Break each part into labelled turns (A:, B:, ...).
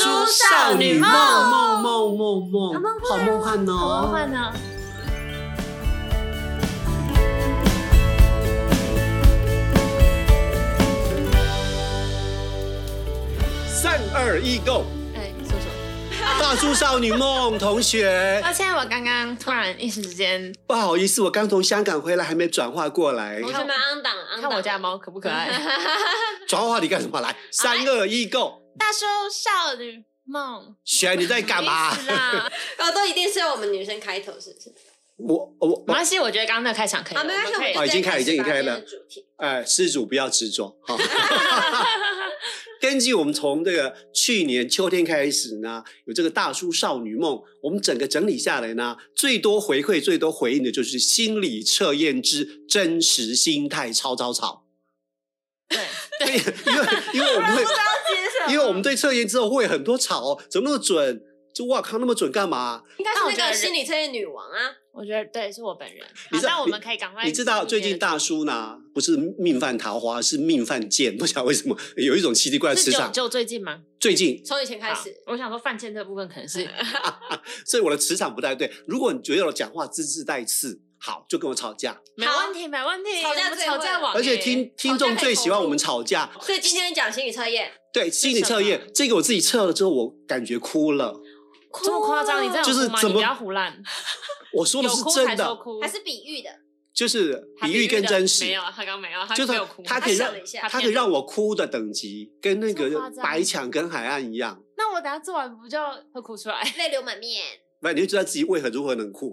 A: 少女梦
B: 梦梦梦梦
A: 梦
B: 好梦幻
A: 好梦
B: 哦！
A: 幻呢？
B: 三二一，Go！
A: 哎，说什么？
B: 大叔少女梦同 学，
A: 而且我刚刚突然一时之间，
B: 不好意思，我刚从香港回来，还没转化过来。
C: 同学们昂档昂档，
A: 看我家猫可不可爱？
B: 转化你干什么？来，三二一，Go！
A: 大叔少女梦，
B: 雪儿你在干嘛
A: 没？事 啦。
C: 哦，都一定是我们女生开头，是不是？
B: 我我
A: 没
B: 我，
A: 关系，我觉得刚刚那个开场可以了，
C: 啊，没关系，
A: 我
C: 我
A: 们可以
C: 们
B: 哦
C: 就
B: 已经开
C: 直接
B: 已经
C: 始吧
B: 开了
C: 今天的主题
B: 哎，施主不要执着。哈 根据我们从这个去年秋天开始呢，有这个大叔少女梦，我们整个整理下来呢，最多回馈、最多回应的就是心理测验之真实心态超超超。
A: 对，
B: 对，因为因为我们会，因为我们对测验之后会有很多吵哦，怎么那么准？就哇靠，那么准干嘛？
C: 应该是
A: 那我觉
C: 那
A: 得
C: 个
A: 人
C: 心理测验女王啊，
A: 我觉得对，是我本人。
B: 你
A: 好，
B: 知道
A: 那我们可以赶快。
B: 你知道最近大叔呢，不是命犯桃花，是命犯贱，不晓得为什么有一种奇奇怪怪的
A: 是
B: 磁
A: 就
B: 场。
A: 就最近吗？
B: 最近，
C: 从以前开
A: 好
C: 始，
A: 我想说犯贱这部分可 能是
B: 所以我的磁场不太对。如果你觉得我讲话字字带刺，好，就跟我吵架。
A: 没问题，没问题。
C: 吵架
A: 我们
C: 最
A: 吵架
C: 会
A: 网，
B: 而且听听众最喜欢我们吵架，
C: 所以今天讲心理测验，
B: 对心理测
A: 为什
B: 验这个我自己测了之后，我感觉哭了。
A: 这么夸张，你这样
B: 就是
A: 吗？
B: 怎
A: 你
B: 么
A: 不要胡乱，
B: 我说的
A: 有
B: 是
A: 哭才说
B: 真的，
A: 哭，
C: 还是比喻的，
B: 就是
A: 他
B: 比喻跟
A: 的
B: 真实
A: 没。有，他刚没有，他
B: 就是
A: 没有哭。
B: 他
C: 他
B: 可以
C: 想
B: 让
C: 了一下
B: 他
A: 他
B: 可以
A: 变
B: 让我哭的等级，跟那
A: 这么
B: 个
A: 夸张
B: 白墙跟海岸一样。
A: 那我等下做完不就会哭出来？
C: 泪流满面。
B: 那你就知道自己为何如何能哭。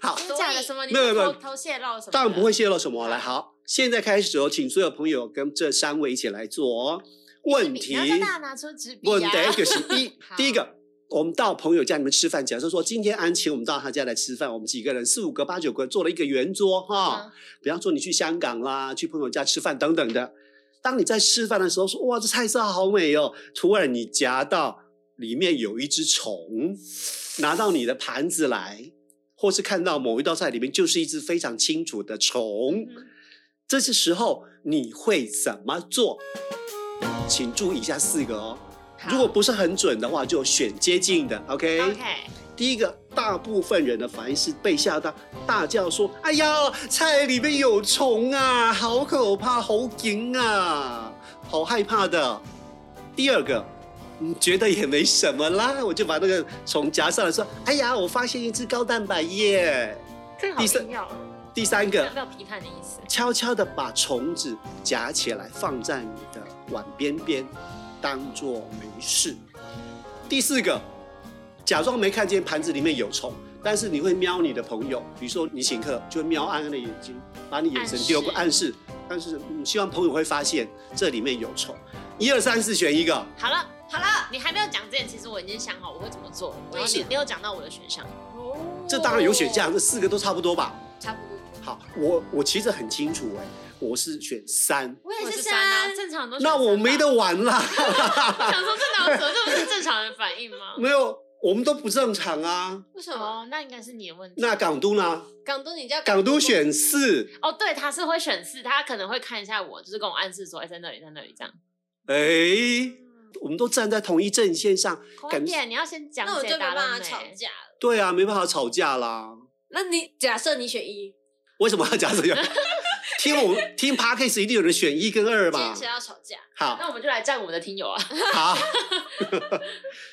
B: 好，
A: 真的假的？什么？你
B: 没有没有
A: 偷偷泄露什么？
B: 当然不会。泄露什么。来，好，现在开始哦，请所有朋友跟这三位一起来做哦。问题
A: 你要在那拿出纸笔
B: 问
A: 啊
B: 题！就是一
A: 好，
B: 第一个，我们到朋友家里面吃饭，假设说今天安琪我们到他家来吃饭，我们几个人四五个、八九个做了一个圆桌
A: 嗯
B: 哈。比方说你去香港啦，去朋友家吃饭等等的。当你在吃饭的时候说哇这菜色好美哦，突然你夹到里面有一只虫，拿到你的盘子来，或是看到某一道菜里面就是一只非常清楚的虫，
C: 嗯
B: 这些时候你会怎么做？请注意以下四个哦。
A: 好
B: 如果不是很准的话，就选接近的。OK，,
A: OK，
B: 第一个，大部分人的反应是被吓到，大叫说：“哎呀，菜里面有虫啊，好可怕，好惊啊，好害怕的。”第二个，你觉得也没什么啦，我就把那个虫夹上来说：“哎呀，我发现一只高蛋白耶。
A: 这个好
B: 第三
A: 重要哦。”
B: 第三个
A: 有，没有批判的意思？
B: 悄悄地把虫子夹起来，放在你的碗边边，当做没事。第四个，假装没看见盘子里面有虫，但是你会瞄你的朋友，比如说你请客，就会瞄暗暗的眼睛，把你眼神丢过暗示，但是嗯，希望朋友会发现这里面有虫。一二三四选一个，
A: 好了，
C: 好了，
A: 你还没有讲之前，其实我已经想好我会怎么做了。然后
B: 是
A: 你没有讲到我的选项，哦
B: 这当然有选项，这四个都差不多吧？
C: 差不多。
B: 好，我我其实很清楚哎、我是选三，
C: 我也
A: 我
C: 是
A: 是三
C: 三
A: 啊，，正常人都选
B: 那我
A: 三吧
B: 没得玩啦。
A: 我想说正常人怎 么这不是正常人反应吗？
B: 没有，我们都不正常啊。
C: 为什么？
A: 哦，那应该是你的问题。
B: 那港都呢？
C: 港都你叫
B: 港都选四，
A: 哦，对，他是会选四，他可能会看一下我，就是跟我暗示说，哎，在那里，在那里这样。
B: 哎、我们都站在同一阵线上，
A: 快点，你要先讲
C: 那我就
A: 解
C: 没
A: 答
C: 办
A: 了
C: 法
A: 没？
C: 吵架了。
B: 对啊，没办法吵架啦。
C: 那你假设你选一，
B: 为什么要讲这个？ 听我们听 podcast 一定有人选一跟二
C: 今
B: 吧
C: 天？谁要吵架？
B: 好
A: 那我们就来占我们的听友啊。
B: 好，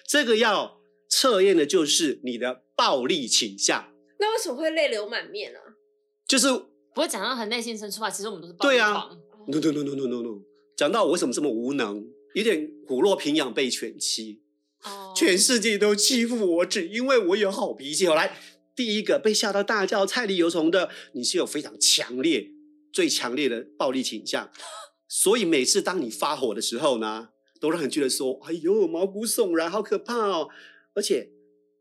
B: 这个要测验的就是你的暴力倾向，
C: 那为什么会泪流满面呢？
B: 就是
A: 不会讲到很内心深处啊，其实我们都是
B: 对啊
A: 啊，
B: no no no no no no no，讲到我为什么这么无能，有点虎落平阳被犬欺。
A: 哦
B: 全世界都欺负我，只因为我有好脾气。我来，第一个被吓到大叫菜里有虫的，你是有非常强烈、最强烈的暴力倾向，所以每次当你发火的时候呢，都让人觉得说：“哎呦，毛骨悚然，好可怕哦！”而且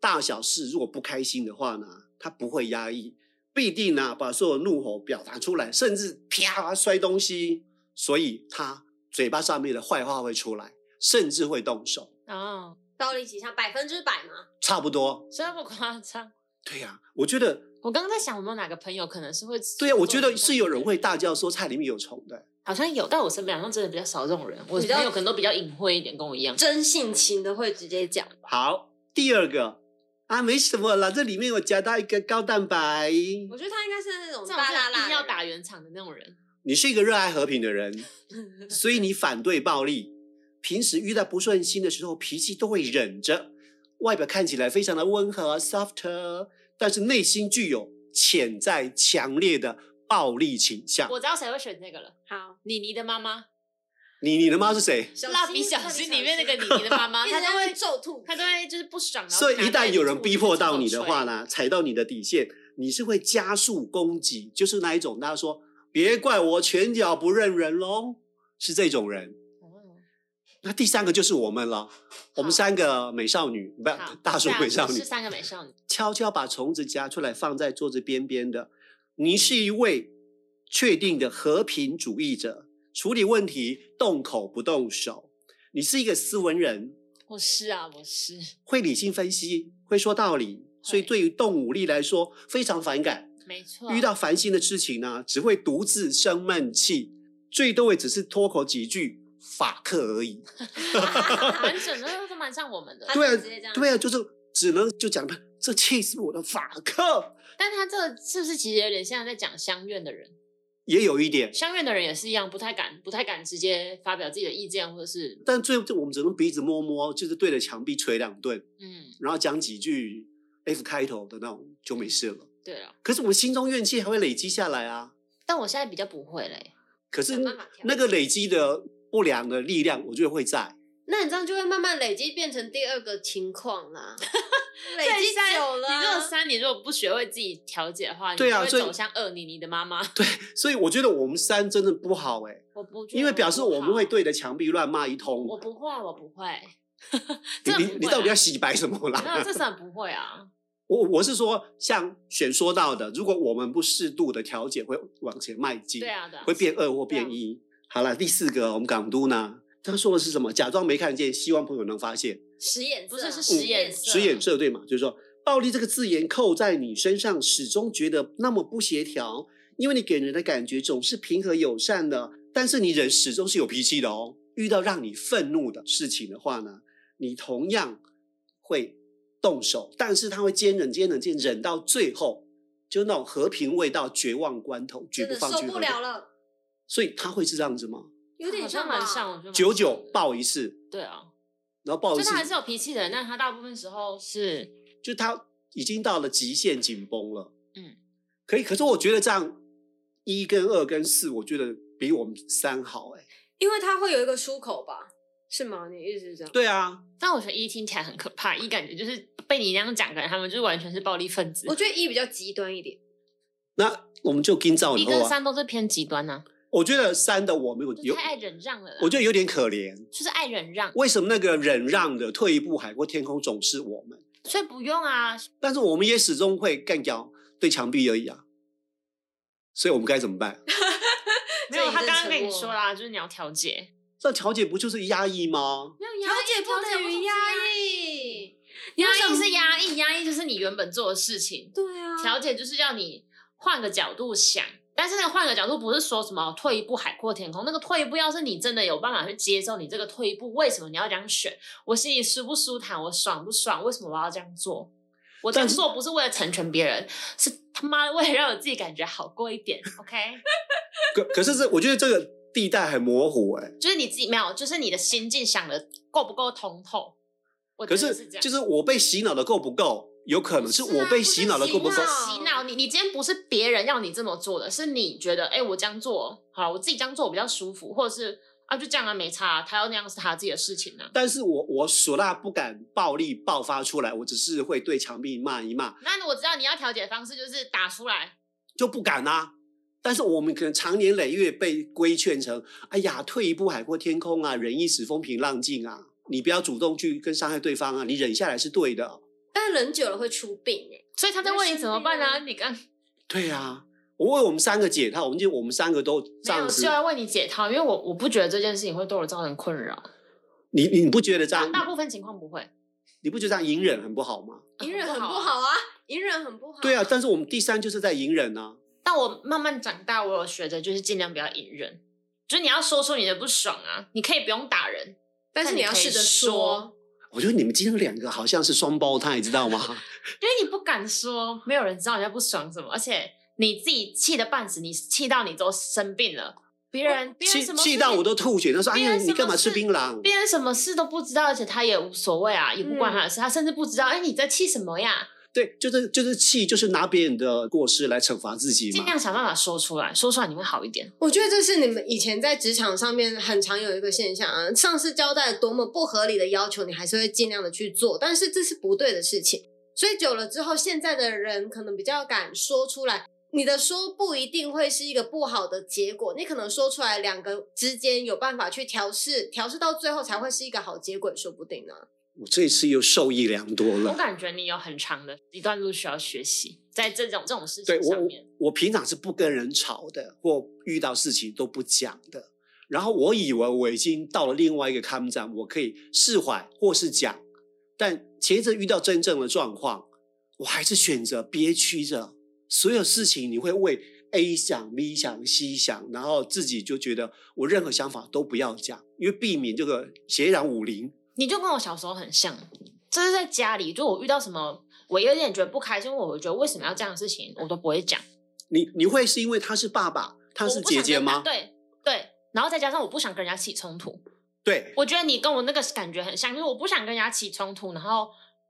B: 大小事如果不开心的话呢，他不会压抑，必定呢把所有怒吼表达出来，甚至啪摔东西，所以他嘴巴上面的坏话会出来，甚至会动手。
A: 哦，
C: 暴力倾向百分之百吗？
B: 差不多，
A: 这么夸张，
B: 对呀、我觉得
A: 我刚刚在想有没有哪个朋友可能是会
B: 对呀、啊我觉得是有人
A: 会。
B: 会大叫说菜里面有虫的。
A: 好像有，但我身边好像真的比较少这种人。我
C: 比较
A: 朋友可能都比较隐晦一点，跟我一样。
C: 真性情的会直接讲，
B: 好，第二个啊，没什么啦，这里面有加到一个高蛋白。
C: 我觉得他应该是那种
A: 这种
C: 大
A: 真
C: 啦
A: 的
C: 啦
A: 硬
C: 的
A: 要
C: 人
A: 打圆场的那种人，
B: 你是一个热爱和平的人，所以你反对暴力。平时遇到不顺心的时候，脾气都会忍着，外表看起来非常的温和 （soft），但是内心具有潜在强烈的暴力倾向。
A: 我知道谁会选这个了。
C: 好，
A: 妮妮的妈妈，
B: 你你的妈是谁？
A: 《蜡笔小新》里面那个妮妮的妈 妈，
C: 一直
A: 她
C: 在
A: 就
C: 啊会
A: 会，
C: 咒吐，
A: 她就会就是不爽。然后
B: 所以
A: 拿
B: 一旦
A: 那个
B: 有人
A: 醋
B: 逼迫到你的
A: 就
B: 话
A: 是
B: 呢，踩到你的底线，你是会加速攻击，就是那一种大家说“别怪我拳脚不认人喽”，是这种人。
A: 臭水，哦
B: 那第三个就是我们了，我们
A: 好
B: 三个美少女，不
A: 好
B: 大叔
A: 对啊
B: 美少
A: 是
B: 女，
A: 三个美少女，
B: 悄悄把虫子夹出来放在桌子边边的。你是一位确定的和平主义者，处理问题动口不动手。你是一个斯文人，
A: 我是啊，我是，
B: 会理性分析，会说道理，所以
A: 会
B: 对于动武力来说非常反感。
A: 没错。
B: 遇到烦心的事情呢，只会独自生闷气，最多也只是脱口几句法克而已。
A: 蛮准的，都蛮像我们的
C: 她。
B: 对啊
C: 就直接这样
B: 对啊，就是只能就讲这气死我的法克，
A: 但她这个是不是其实有点像在讲相怨的人？
B: 也有一点。
A: 相怨的人也是一样，不太敢，不太敢直接发表自己的意见，或者是
B: 但最后我们只能鼻子摸摸，就是对着墙壁捶两顿，
A: 嗯，
B: 然后讲几句 F 开头的那种就没事了。
A: 对了。
B: 可是我们心中怨气还会累积下来啊。
A: 但我现在比较不会嘞。
B: 可是
C: 想办法调
B: 那个累积的不良的力量，我觉得会在。
C: 那你这样就会慢慢累积，变成第二个情况啊啦。 累
A: 对
C: 积
A: 三
C: 久了
A: 你
C: 啊，
A: 这种三，你如果不学会自己调节的话，
B: 对啊
A: 你就
B: 所
A: 会
B: 以
A: 走向二妮妮的妈妈。
B: 所以我觉得我们三真的不好哎、
A: 我不觉得，
B: 因为表示我们会
A: 不好，
B: 对啊着墙壁乱骂一通。
A: 我不会，我 不会。
B: 你
A: 真的
B: 你
A: 不会
B: 你到底
A: 啊
B: 要洗白什么
A: 没有，
B: 啦？
A: 这算不会啊。
B: 我我是说，像选说到的，如果我们不适度的调节，会往前迈进。
A: 对啊，对啊，
B: 会变二或变一。好了，第四个我们港都呢，他说的是什么？假装没看见，希望朋友能发现。
C: 实验
A: 不
C: 色
A: 是
C: 啊
A: 是实验色
B: 使眼色对嘛？就是说，暴力这个字眼扣在你身上，始终觉得那么不协调，因为你给人的感觉总是平和友善的，但是你人始终是有脾气的哦。遇到让你愤怒的事情的话呢，你同样会动手，但是他会坚忍、坚忍、坚忍，忍到最后，就那种和平未到绝望关头，绝
C: 真
B: 不
C: 的
B: 放
C: 受
B: 弃
C: 不
B: 和
C: 了
B: 平。
C: 了，
B: 所以他会是这样子吗？
C: 有点
A: 好像
C: 吧
A: 蛮像，我觉得蛮
B: 久久
A: 像的
B: 爆一次，
A: 对啊，
B: 然后爆
A: 就
B: 一次
A: 他，还是有脾气的，但他大部分时候是
B: 就他已经到了极限紧绷了。
A: 嗯，
B: 可以。可是我觉得这样一跟二跟四，我觉得比我们三好哎、
C: 因为它会有一个出口吧？是吗？你意思是这样？
B: 对啊，
A: 但我觉得一听起来很可怕，一感觉就是被你那样讲，感觉他们就是完全是暴力分子
C: 我。觉得 E 一比较极端一点，
B: 那我们就跟照
A: 一
B: 以后
A: 跟
B: 啊。
A: 三都是偏极端呐、
B: 我觉得三的我没有
A: 就
B: 有
A: 太，爱忍让了啦。
B: 我觉得有点可怜。
A: 就是爱忍让，
B: 为什么那个忍让的退一步海阔天空总是我们？
A: 所以不用啊。
B: 但是我们也始终会干掉对墙壁而已啊。所以我们该怎 么办？
A: 没有，
C: 这一
A: 他
C: 阵
A: 刚刚跟
C: 沉
A: 你
C: 默
A: 说啦，就是你要调节。
B: 这调解不就是压抑吗？
A: 没有
C: 调解不等于压
A: 抑，
C: 抑，
A: 调解不
C: 你为什么
A: 是压抑压抑是压抑，压抑就是你原本做的事情。
C: 对啊，
A: 调解就是要你换个角度想，但是那个换个角度不是说什么退一步海阔天空，那个退一步要是你真的有办法去接受你这个退一步，为什么你要这样选？我心里舒不舒坦，我爽不爽？为什么我要这样做？我这样
B: 但是
A: 做不是为了成全别人，是他妈的为了让我自己感觉好过一 点，OK？
B: 可可是这，我觉得这个地带很模糊哎、
A: 就是你自己没有，就是你的心境想的够不够通透？我觉
B: 可
A: 得
B: 是
A: 是这样，
B: 就是我被洗脑的够不够？有可能是
C: 不是啊
B: 我被洗脑的够不
C: 不
B: 够
C: 是？
A: 洗脑你，你今天不是别人要你这么做的，是你觉得，哎、我这样做好，我自己这样做我比较舒服，或者是啊，就这样啊，没差啊、他要那样是他自己的事情呢、啊。
B: 但是我我唢呐不敢暴力爆发出来，我只是会对墙壁骂一骂，
A: 那我知道你要调解的方式就是打出来，
B: 就不敢啊。但是我们可能长年累月被规劝成，哎呀，退一步海阔天空啊，忍一时风平浪静啊，你不要主动去跟伤害对方啊，你忍下来是对的。
C: 但忍久了会出病哎，
A: 所以他在问你怎么办呢、
C: 没
A: 啊？
C: 生
A: 你刚
B: 对啊，我为我们三个解套，我们就我们三个都这
A: 没有
B: 样子
A: 就。要为你解套，因为我我不觉得这件事情会对我造成困扰，
B: 你你不觉得这
A: 大
B: 样，
A: 大部分情况不会。
B: 你不觉得这样隐忍很不好吗？
C: 隐忍很不
A: 啊
C: 好啊，隐忍很不好。
B: 对啊，但是我们第三就是在隐忍啊。
A: 但我慢慢长大，我有学着就是尽量不要隐忍，就是你要说出你的不爽啊，你可以不用打人，
C: 但是
A: 但
C: 你
A: 你
C: 要
A: 可以
C: 试着
A: 说
C: 说，
B: 我觉得你们今天两个好像是双胞胎，知 道吗？
A: 因为你不敢说，没有人知道你在不爽什么，而且你自己气得半死，你气到你都生病了，别人别人
B: 哦气
A: 什么事
B: 气到我都吐血，他说：“哎呀，
A: 别人
B: 你
A: 什么
B: 干嘛吃
A: 事
B: 槟榔
A: 别人什么事都不知道，而且他也无所谓啊，也不关他
B: 嗯
A: 的事，他甚至不知道，哎，你在气什么呀？？”
B: 对，就是就是气，就是拿别人的过失来惩罚自己
A: 尽
B: 嘛。
A: 量想办法说出来，说出来你会好一点。
C: 我觉得这是你们以前在职场上面很常有一个现象啊，上司交代多么不合理的要求，你还是会尽量的去做，但是这是不对的事情。所以久了之后，现在的人可能比较敢说出来，你的说不一定会是一个不好的结果，你可能说出来两个之间有办法去调试，调试到最后才会是一个好结果，说不定呢、
B: 我这一次又受益良多
A: 我
B: 了。
A: 感觉你有很长的一段路需要学习，在这种这种事
B: 对
A: 情
B: 我
A: 上
B: 我
A: 面，
B: 我平常是不跟人吵的，或遇到事情都不讲的。然后我以为我已经到了另外一个康展，我可以释怀或是讲，但前一阵遇到真正的状况，我还是选择憋屈着。所有事情你会为 A 想、B 想、C 想，然后自己就觉得我任何想法都不要讲，因为避免这个血染五零。
A: 你就跟我小时候很像，这是在家里，就我遇到什么，我有点觉得不开心，我觉得为什么要这样的事情，我都不会讲。
B: 你你会是因为他是爸爸，他
A: 我
B: 是
A: 不想
B: 姐姐
A: 跟他
B: 吗？
A: 对对，然后再加上我不想跟人家起冲突，
B: 对，
A: 我觉得你跟我那个感觉很像，就是我不想跟人家起冲突，然后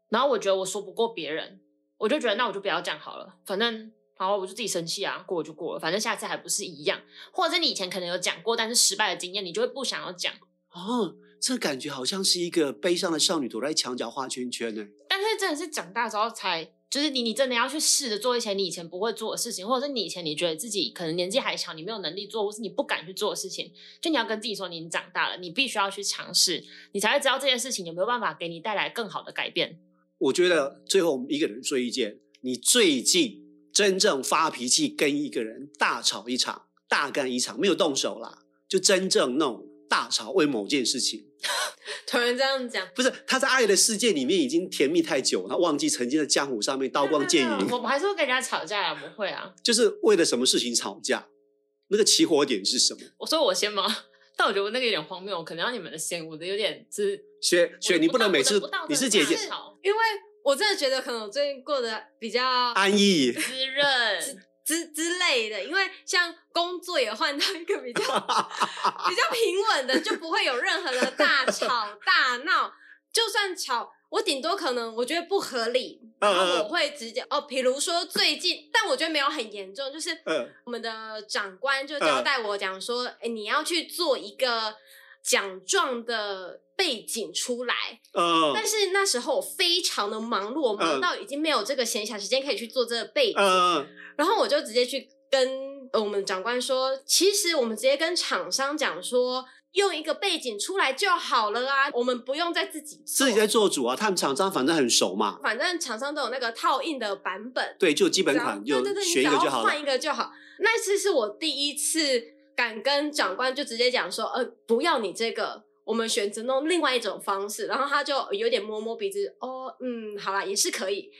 A: 然后我觉得我说不过别人，我就觉得那我就不要讲好了，反正好我就自己生气啊，过了就过了，反正下次还不是一样，或者是你以前可能有讲过，但是失败的经验，你就会不想要讲。
B: 哦，这感觉好像是一个悲伤的少女躲在墙角画圈圈呢。
A: 但是真的是长大之后才，就是你你真的要去试着做一些你以前不会做的事情，或者是你以前你觉得自己可能年纪还小，你没有能力做，或是你不敢去做的事情，就你要跟自己说，你长大了，你必须要去尝试，你才会知道这件事情有没有办法给你带来更好的改 变。
B: 我觉得最后我们一个人说意见，你最近真正发脾气跟一个人大吵一场、大干一场，没有动手啦，就真正那种大吵为某件事情，
C: 突然这样讲，
B: 不是他在爱的世界里面已经甜蜜太久了，他忘记曾经在江湖上面刀光剑影，
C: 啊
A: 我们还是会跟人家吵架啊，不会啊。
B: 就是为了什么事情吵架，那个起火点是什么？
A: 我说我先吗？但我觉得我那个有点荒谬，可能要你们的先，我的有点是，
B: 雪雪，你
A: 不
B: 不能每次你是姐姐
C: 是因为我真的觉得可能我最近过得比较
B: 安逸，
A: 滋润，
C: 之之类的，因为像工作也换到一个 比较比较平稳的，就不会有任何的大吵大闹。就算吵，我顶多可能我觉得不合理，然
B: 嗯嗯
C: 后
B: 嗯
C: 我会直接哦，比如说最近，但我觉得没有很严重，就是
B: 嗯
C: 我们的长官
B: 呃
C: 就交代我讲说，哎、你要去做一个奖状的背景出来，
B: 嗯
C: 但是那时候我非常的忙碌，我忙
B: 嗯
C: 到已经没有这个闲暇时间可以去做这个背景，
B: 嗯，
C: 然后我就直接去跟呃我们长官说，其实我们直接跟厂商讲说，用一个背景出来就好了啊，我们不用再自己做
B: 自己在做主啊，他们厂商反正很熟嘛，
C: 反正厂商都有那个套印的版本，
B: 对，就基
C: 只
B: 本
C: 要
B: 款
C: 对啊
B: 就
C: 对对，你
B: 选一
C: 只
B: 个
C: 要
B: 就好了
C: 换。一个就好。那次是我第一次敢跟长官就直接讲说，呃，不要你这个，我们选择弄另外一种方式。然后他就有点摸摸鼻子，哦，嗯，好啦，也是可以。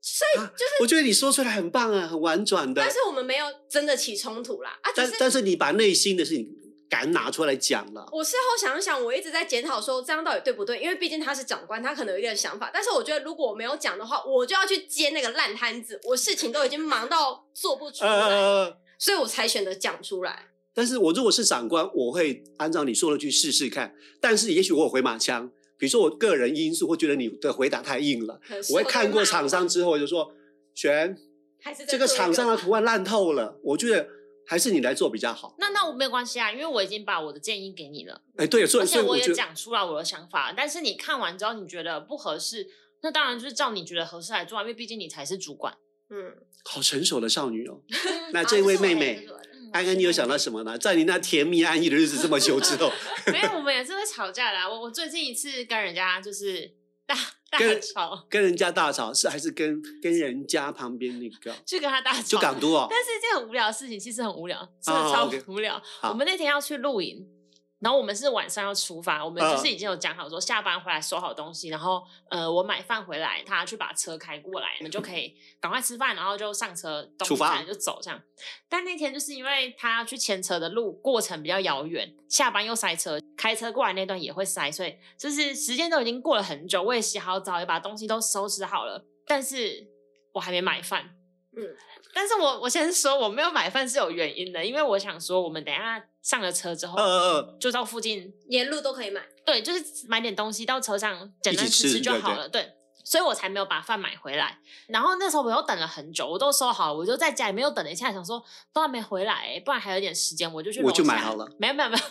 C: 所以，
B: 我觉得你说出来很棒啊，很婉转的
C: 但，是我们没有真的起冲突啦，啊，只
B: 但
C: 是
B: 但是你把内心的事情敢拿出来讲了，
C: 我事后想一想，我一直在检讨说这样到底对不对，因为毕竟他是长官，他可能有一点想法。但是我觉得如果我没有讲的话，我就要去接那个烂摊子，我事情都已经忙到做不出来，
B: 呃，
C: 所以我才选择讲出来。
B: 但是我如果是长官，我会按照你说的去试试看，但是也许我有回马枪，比如说我个人因素，会觉得你的回答太硬了，
C: 可是
B: 我会
C: 就
B: 看过
C: 骂
B: 厂商之后我就说，璇，
C: 还是在
B: 这个
C: 做一
B: 厂商啊的图案烂透了，我觉得还是你来做比较好。
A: 那那我没有关系啊，因为我已经把我的建议给你了。
B: 哎，对，所
A: 而
B: 以所
A: 且
B: 以
A: 我也
B: 觉得。
A: 讲出来我的想法，但是你看完之后你觉得不合适，那当然就是照你觉得合适来做啊，因为毕竟你才是主管。
C: 嗯，
B: 好成熟的少女哦。那
C: 啊
B: 这位
C: 是我
B: 妹
C: 的
B: 妹
C: 是我的
A: 嗯
B: 安安，你有想到什么呢？在你那甜蜜安逸的日子这么久之后，
A: 没有，我们也是会吵架的、啊。我我最近一次跟人家就是大大
B: 跟
A: 吵，
B: 跟人家大吵是还是跟跟人家旁边那个
A: 去跟他大吵，
B: 就港都哦，
A: 但是这很无聊的事情，其实很无聊，真的
B: 哦
A: 超
B: ，OK
A: 无聊。
B: 好
A: 我们那天要去露营，然后我们是晚上要出发，我们
B: 嗯
A: 就是已经有讲好说下班回来收好东西，然后呃我买饭回来，他去把车开过来，我们就可以赶快吃饭，然后就上车东
B: 出
A: 西
B: 发
A: 就走这样。但那天就是因为他去牵车的路过程比较遥远，下班又塞车，开车过来那段也会塞，所以就是时间都已经过了很久，我也洗好澡，也把东西都收拾好了，但是我还没买饭。
B: 嗯
A: 但是我我先说我没有买饭是有原因的，因为我想说我们等一下上了车之后，
B: 嗯嗯
A: 就到附近，
C: 沿路都可以买。
A: 对，就是买点东西到车上简单
B: 一起吃
A: 吃就
B: 对
A: 好
B: 对
A: 了，对。所以我才没有把饭买回来。然后那时候我又等了很久，我都收好了，我就在家里面又等了一下，想说都还没回来、不然还有点时间，我就去
B: 呃我
A: 楼
B: 就买
A: 下
B: 好了。
A: 没有没有 没有，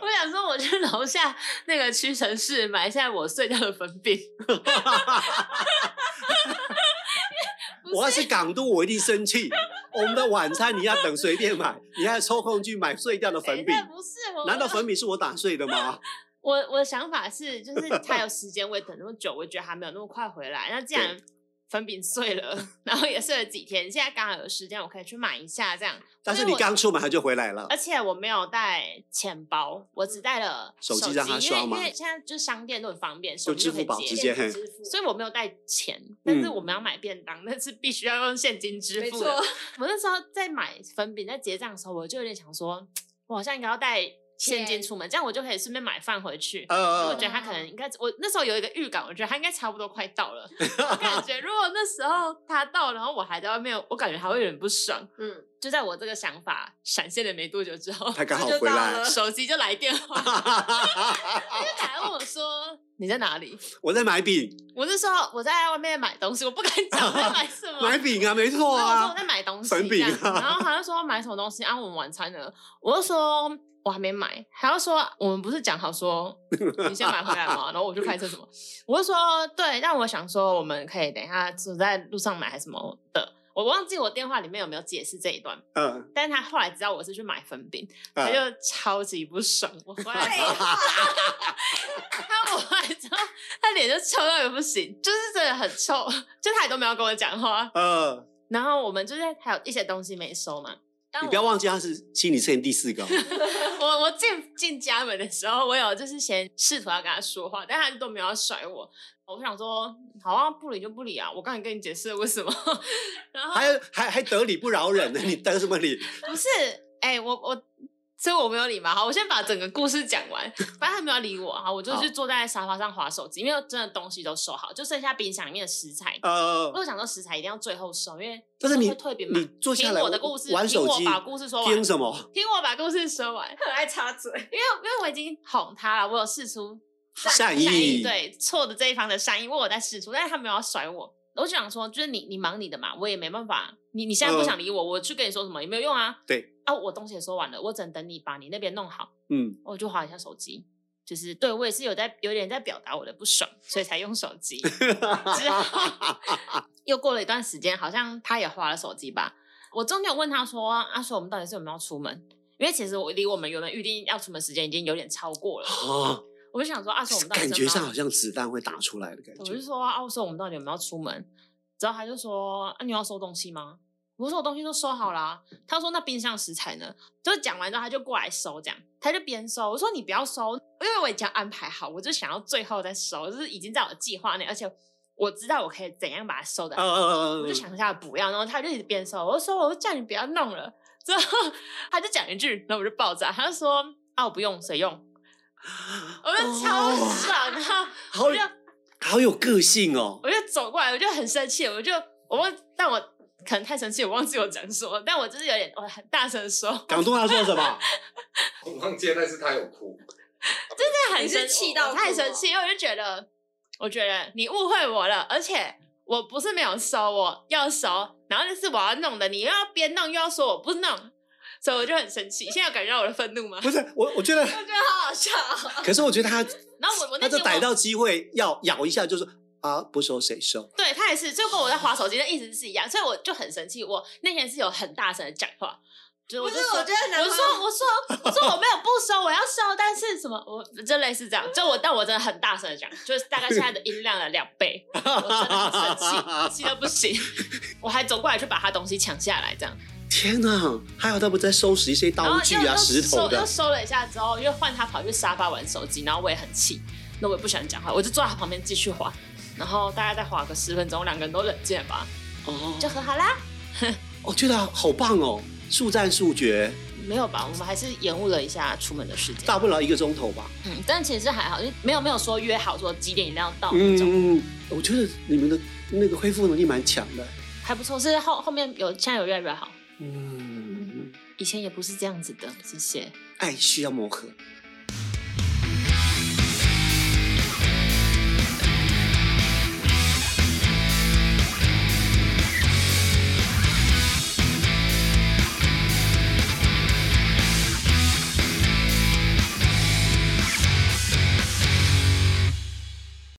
A: 我想说我去楼下那个屈臣氏买一下我睡觉的粉饼。
B: 嗯，我要是港都，我一定生气。我们的晚餐你要等随便买，你还抽空去买碎掉的粉饼
A: 哎那？不是我，
B: 难道
A: 我
B: 粉饼是我打碎的吗？
A: 我我的想法是， 就是他有时间，我也等那么久，我觉得还没有那么快回来。那既然粉饼碎了，然后也碎了几天，现在刚好有时间，我可以去买一下这样。
B: 但是
A: 所以
B: 你
A: 我，
B: 刚出门他就回来了
A: 而，且我没有带钱包，我只带了
B: 手机
A: 机，
B: 让他刷
A: 因为
B: 吗
A: 因为现在就是商店都很方便，手机
B: 支
A: 可以
B: 付宝
A: 结
B: 直接
C: 电
B: 嘿
C: 子支付，
A: 所以我没有带钱，但是
B: 嗯
A: 我们要买便当，那是必须要用现金支
C: 没
A: 付
C: 错
A: 的。我那时候在买粉饼在结账的时候，我就有点想说，我好像应该要带现金
C: 钱
A: 出门，这样我就可以顺便买饭回去。
B: 呃
A: 所以我
B: 呃
A: 觉得他可能应该，我那时候有一个预感，我觉得他应该差不多快到 了。我感觉如果那时候他到，然后我还在外面，我感觉还会有点不爽。
C: 嗯，
A: 就在我这个想法闪现了没多久之后，
B: 他刚好
C: 这就
B: 回
C: 到
B: 来
C: 了。
A: 手机就来电 话，他就打来问我说：“你在哪里
B: 我在买饼，？”
A: 我是说我在外面买东西，我不敢讲我在买什么。
B: 买饼啊，没错
A: 然后嗯我说我
B: 啊
A: 在。买东西，
B: 粉饼啊
A: 这样然后他就说买什么东西啊？我们晚餐呢？我就说我还没买，还要说我们不是讲好 说你先买回来嘛？然后我就开车什么？我就说对，但我想说我们可以等一下就在路上买还是什么的。我忘记我电话里面有没有解释这一段，
B: 嗯
A: 但是他后来知道我是去买粉饼，他
B: 嗯，
A: 就超级不爽。我回来之
C: 废
A: 后，
C: 话，
A: 他我回来之后，他脸就臭到也不行，就是真的很臭，就他也都没有跟我讲话。
B: 呃，
A: 然后我们就是还有一些东西没收嘛，但
B: 你
A: 我
B: 不要忘记他是心理测验第四个哦，
A: 我我进进家门的时候，我有就是先试图要跟他说话，但他都没有要甩我。我想说，好啊，不理就不理啊，我刚才跟你解释了为什么。 然后
B: 还还还得理不饶人呢，你得什么理？
A: 不是，哎、我我，所以我没有理嘛。好，我先把整个故事讲 完。反正他没有理我啊，我就
B: 好
A: 去坐在沙发上划手机，因为真的东西都收好，就剩下冰箱里面的食材。
B: 呃
A: 我，想说食材一定要最后收，因为
B: 但是你
A: 会退饼嘛。
B: 你坐下来
A: 听我的故事，
B: 玩手机
A: 听我把故事说完，
B: 听什么？
A: 听我把故事说完。
C: 很爱插嘴。
A: 因为因为我已经哄他了，我有试出
B: 善意
A: 对错的这一方的善意，因为我在试出，但是他没有要甩我。我就想说，就是你你忙你的嘛，我也没办法。你你现在不想理我，我去跟你说什么也没有用啊。
B: 嗯对
A: 啊，我东西也说完了，我只能等你把你那边弄好，
B: 嗯，
A: 我就划一下手机。就是对我也是有在有点在表达我的不爽，所以才用手机。之后 又过了一段时间，好像他也花了手机吧。我中间有问他说：“阿、啊、说我们到底是有没有要出门？”因为其实我离我们原本预定要出门时间已经有点超过了。
B: 啊，
A: 我就想说：“阿、啊、说我们到底
B: 感
A: 是有没
B: 觉
A: 有要
B: 上好像子弹会打出来的感
A: 我
B: 觉
A: 就。说：“啊，我说我们到底有没有要出门？”然后他就说：“啊，你有要收东西吗？”我说：“我东西都收好啦、啊他说：“那冰箱食材呢？”就讲完之后，他就过来收，这样他就边收。我说：“你不要收，因为我已经安排好，我就想要最后再收，就是已经在我的计划内，而且我知道我可以怎样把它收的。
B: 呃呃
A: 我
B: 呃
A: 就，想一下不要，然后他就一直边收，我就说：“我就叫你不要弄了。”之后他就讲一句，然后我就爆炸，他就说：“啊，我不用，谁用？” 我就超
B: 哦
A: 爽，啊然后
B: 好
A: 我就
B: 好有个性哦。
A: 我就走过来，我就很生气，我就我忘，但我可能太生气，我忘记我讲什么，但我就是有点我很大声地说，
B: 港东要做什么？
D: 我忘记了，但是他有哭。
A: 但很
C: 你是
A: 生
C: 气
A: 我
C: 到
A: 我太
C: 哭
A: 生
C: 哦
A: 气，因为我就觉得，我觉得你误会我了，而且我不是没有收，我要收，然后那是我要弄的，你又要边弄又要说我不弄，所以我就很生气。现在有感觉到我的愤怒吗？
B: 不是我，我觉得，
C: 我觉得好好笑哦、
B: 可是我觉得他
A: 然后我我那
B: 他就
A: 天
B: 逮
A: 我
B: 到机会要咬一下，就是啊，不收谁收？
A: 对他也是，就跟我在划手机的意思是一样，所以我就很生气。我那天是有很大声的讲话，就是
C: 不
A: 我
C: 是
A: 就说
C: 我觉得男
A: 我
C: 朋
A: 说
C: 友
A: 我说我说我没有不收，我要收，但是什么我就类似这样，就我但我真的很大声的讲，就是大概现在的音量的两倍， 我真的很生气，气到不行，我还走过来去把他东西抢下来，这样。
B: 天哪，还好他们在收拾一些
A: 然后
B: 刀具
A: 又
B: 啊、
A: 又
B: 石头
A: 收
B: 的
A: 又。收了一下之后，又换他跑去沙发玩手机，然后我也很气，那我也不喜欢讲话，我就坐在他旁边继续滑，然后大概再滑个十分钟，两个人都冷静了吧，
B: 哦，
A: 就和好啦。
B: 我觉得好棒哦，速战速决，
A: 没有吧？我们还是延误了一下出门的时间。
B: 大不了一个钟头吧。
A: 嗯，但其实还好，因为没有没有说约好说几点一定要到那种，
B: 嗯，我觉得你们的那个恢复能力蛮强的。
A: 还不错。是后后面有现在有越来越好，
B: 嗯，
A: 以前也不是这样子的。谢谢。
B: 爱需要磨合，